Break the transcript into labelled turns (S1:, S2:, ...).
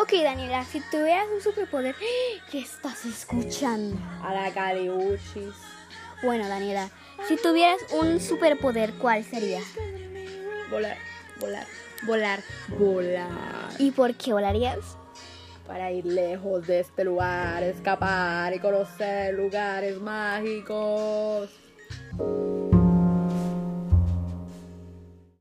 S1: Ok, Daniela, si tuvieras un superpoder, ¿qué estás escuchando?
S2: A la caliuchis.
S1: Bueno, Daniela, si tuvieras un superpoder, ¿cuál sería?
S2: Volar, volar, volar, volar.
S1: ¿Y por qué volarías?
S2: Para ir lejos de este lugar, escapar y conocer lugares mágicos.